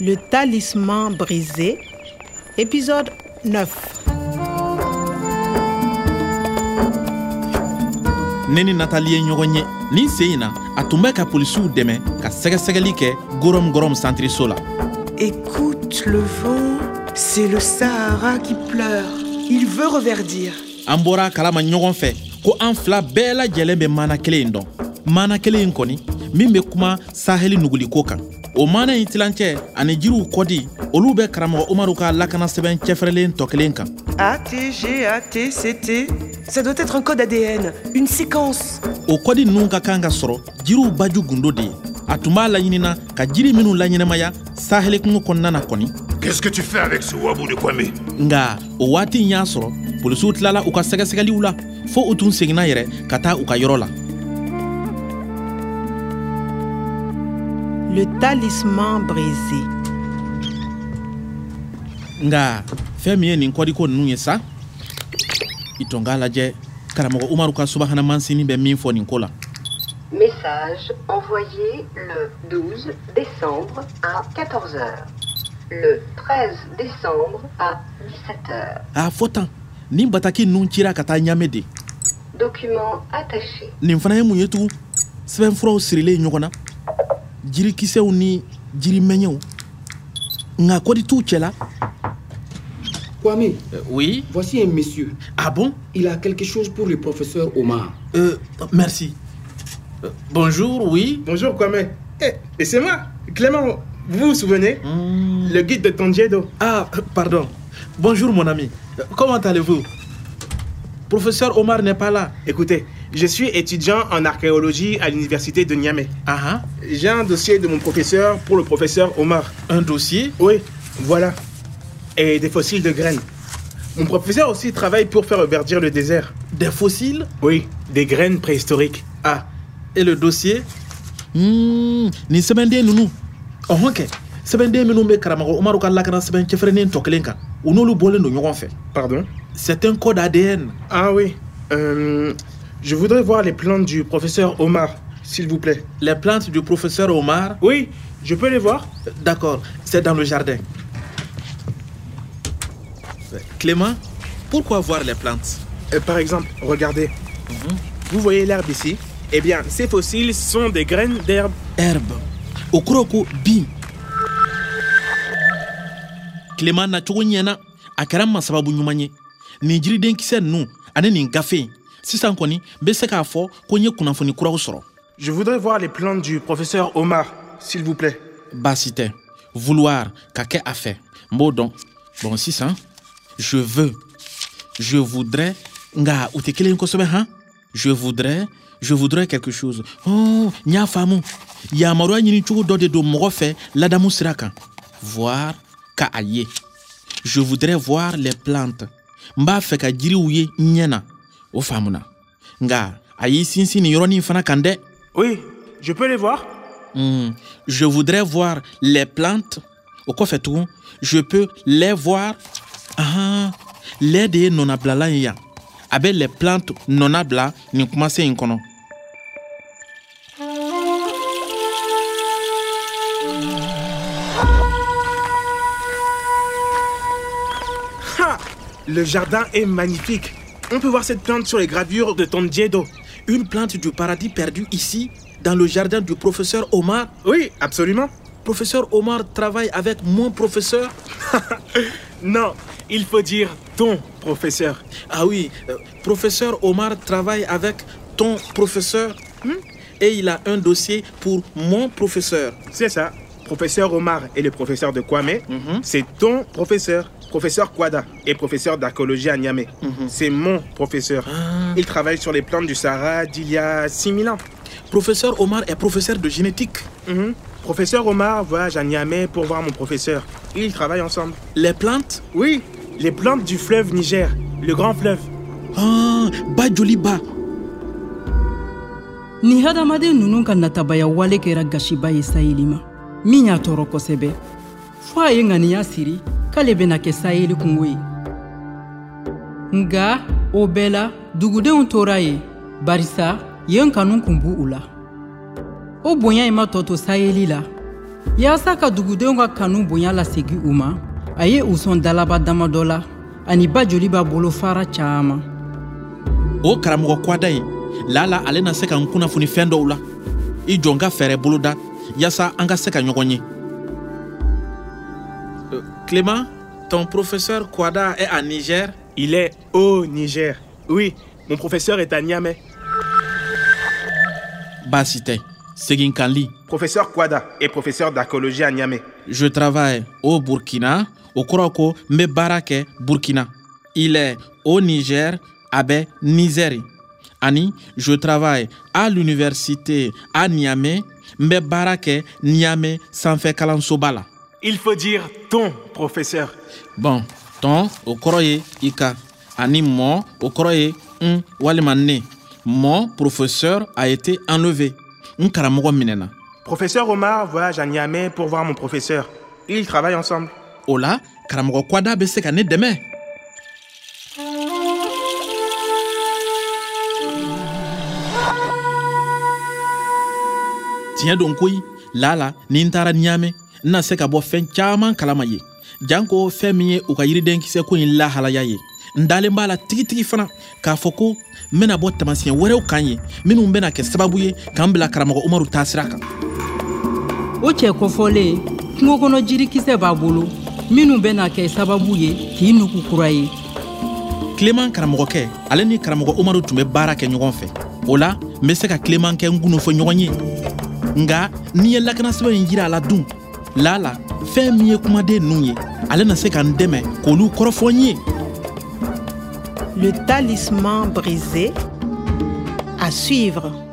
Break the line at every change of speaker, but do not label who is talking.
Le talisman brisé, épisode 9.
ne ni natali ye ɲɔgɔn ye nin sen in na a tun bɛ ka polisiw dɛmɛ ka sɛgɛsɛgɛli kɛ gorom gorom santiriso la
Écoute le vent, c'est le Sahara qui pleure. Il veut reverdir.
an bɔra a kalama ɲɔgɔn fɛ ko an fila bɛɛ lajɛlen bɛ mana kelen in dɔn mana kelen in kɔni min bɛ kuma saheli nuguliko kan o mana in tilancɛ ani jiriw kɔdi olu bɛ karamɔgɔ umaru ka lakana sɛbɛn cɛfɛrɛlen tɔ kelen kan
ATG, ATCT. Ça doit être un code ADN, une séquence.
o kɔdi ninnu ka kan ka sɔrɔ jiriw baju gundo de ye a tun b'a laɲinina ka jiri minw laɲɛnɛmaya saheli kungo kɔnɔna na kɔni
Qu'est-ce que tu fais avec ce wabou de Kwame
nga o waati in y'a sɔrɔ polisiw tilala u ka sɛgɛsɛgɛliw la fɔɔ u tun seginna yɛrɛ ka taa u ka yɔrɔ la
Le talisman brisé.
nga fɛn min ye nin kɔdiko ninnu ye sa i tun k'a lajɛ karamɔgɔ umaru ka subahana mansini bɛ min fɔ nin ko la
Message envoyé le 12 décembre à 14h. Le 13 décembre à 17h.
a fɔ tan nin bataki ninnu cira ka taa ɲamɛ de
Document attaché.
nin fana ye mun ye tugun sɛbɛnfuraw sirilen ɲɔgɔn na jirikisɛw ni jirimɛɲɛw nka kɔdi t'u cɛla
Kwame,
Euh, oui
voici un monsieur.
ah bon
Il a quelque chose pour le professeur Omar.
euh, merci Euh, bonjour oui
Bonjour Kwame. Eh, et c'est moi, Clément. Vous vous souvenez
Hmm.
Le guide de Tondiedo.
Ah, pardon. Bonjour mon ami. Comment allez-vous Professeur Omar n'est pas là.
Écoutez, je suis étudiant en archéologie à l'université de Niamey.
Ah
J'ai un dossier de mon professeur pour le professeur Omar.
ah, un dossier
Oui, voilà. Et des fossiles de graines. Mon professeur aussi travaille pour faire reverdir le désert.
Des fossiles
Oui, des graines préhistoriques. Ah,
Et le dossier Hmm, ni sɛbɛnden ninnu ɔhɔn kɛ sɛbɛnden minnu bɛ karamɔgɔ umaru ka lakana sɛbɛn cɛfɛrɛnnen tɔ kelen kan u n'olu bɔlen don ɲɔgɔn fɛ
pardon
c'est un code adn
Ah oui. Euh, je voudrais voir les plans du professeur Omar, s'il vous plaît.
les plantes du professeur omar euh,
Oui, je peux les voir
d'accord c'est dans le jardin clément pourquoi voir les plantes
Euh, par exemple, regardez. Vous voyez l'herbe ici Eh bien, ces fossiles sont des graines d'herbe.
herbe o kɔrɔ ko bin tilema nacogo ɲɛna a kɛra n ma sababu ɲuman ye nin jiridenkisɛ ninnu ani nin gafe in sisan kɔni n be se k'a fɔ ko n ye kunnafoni kuraw sɔrɔ
Je voudrais voir les plantes du professeur Omar, s'il vous plaît.
baasi tɛ vouloir ka kɛ a fɛ n b'o dɔn bon sisan je veux je voudrais nga u tɛ kelen ye kosɛbɛ han hein? je voudrais je voudrais quelque chose oh, n y'a faamu yamaruya ɲini cogo dɔ de don mɔgɔ fɛ ladamu sira kan voir ka a ye je voudrais voir les plantes n b'a fɛ ka jiriw ye n ɲɛ na o faamuna nga a y'i sinsin nin yɔrɔnin fana kan dɛ
Oui, je peux les voir
Hmm, je voudrais voir les plantes. Au quoi fait tout Je peux les voir. Ah, les de non ablala ya. Avec les plantes non abla, ni commencé en kono.
Ha Le jardin est magnifique. On peut voir cette plante sur les gravures de Tondiedo.
Une plante du paradis perdue ici, dans le jardin du professeur Omar.
Oui, absolument.
Professeur Omar travaille avec mon professeur.
Non, il faut dire ton professeur.
Ah oui, euh, professeur Omar travaille avec ton professeur. hmm, Et il a un dossier pour mon professeur.
C'est ça. Professeur Omar et le professeur de Kwame, c'est ton professeur. Professeur Kwada et professeur d'archéologie à Niamey. C'est mon professeur.
Ah.
Il travaille sur les plantes du Sahara d'il y a 6000 ans.
Professeur Omar est professeur de génétique.
Mhm. Professeur Omar voyage à Niamey pour voir mon professeur. Ils travaillent ensemble.
Les plantes
Oui, les plantes du fleuve Niger, le grand fleuve.
Ah, Bajoliba.
nin hadamaden ninnu ka natabaya wale kɛra gasiba ye saheli ma min y'a tɔɔrɔ kosɛbɛ fɔɔ a ye ŋaniya siri k'ale bena kɛ saheli kungo ye nga o bɛɛ la dugudenw tora yen barisa yen kanu kun b'u u la o bonya ye ma tɔ to saheli la yaasa ka dugudenw ka kanu bonya lasegi u ma a ye u sɔn dalaba dama dɔ la ani ba joli b'a bolo fara caaman
o karamɔgɔ kwada in lala ale na se ka n kunnafoni fɛn dɔw la i jɔ n ka fɛɛrɛ boloda yaasa an ka se ka ɲɔgɔn ye kileman Euh, ton professeur kwada est à niger
Il est au Niger. Oui, mon professeur est à Niamey.
baasi tɛ segin kan li
Professeur Kwada est professeur d'archéologie à Niamey.
je travaille au burkina o kɔrɔ ko n bɛ baara kɛ burkina il est au niger a bɛ nizɛri ani je travaille à l'université à niamey n bɛ baara kɛ niamey sanfɛkalansoba la
Il faut dire ton professeur.
bɔn tɔn o kɔrɔ ye i ka ani mɔ o kɔrɔ ye n walima ne mon professeur a été enlevé n karamɔgɔ minɛna
Professeur Omar voyage à Niamey pour voir mon professeur. Ils travaillent ensemble.
o la karamɔgɔ kwada bɛ se ka ne dɛmɛ tiɲɛ don koyi lala ni n taara ɲaamɛ n na se ka bɔ fɛn caaman kalama ye jan ko fɛn min ye u ka yiridenkisɛ ko in lahalaya ye n dalen b'a la tigitigi fana k'a fɔ ko n bena bɔ tamasiɲɛ wɛrɛw kan ye minw bena kɛ sababu ye k'an bila karamɔgɔ umaru taasira kan
o cɛ kɔfɔlen kungo kɔnɔ jirikisɛ b'a bolo minw bena kɛ sababu ye k'i nugu kura ye
kileman karamɔgɔkɛ ale ni karamɔgɔ umaru tun bɛ baara kɛ ɲɔgɔn fɛ o la n bɛ se ka kileman kɛ n gundo fɔ ɲɔgɔn ye nga n'i ye lakanasɛbɛn in yira a la dun lala fɛn min ye kumaden ninnu ye ale na se ka n dɛmɛ k'olu kɔrɔfɔ n ye
Le talisman brisé à suivre.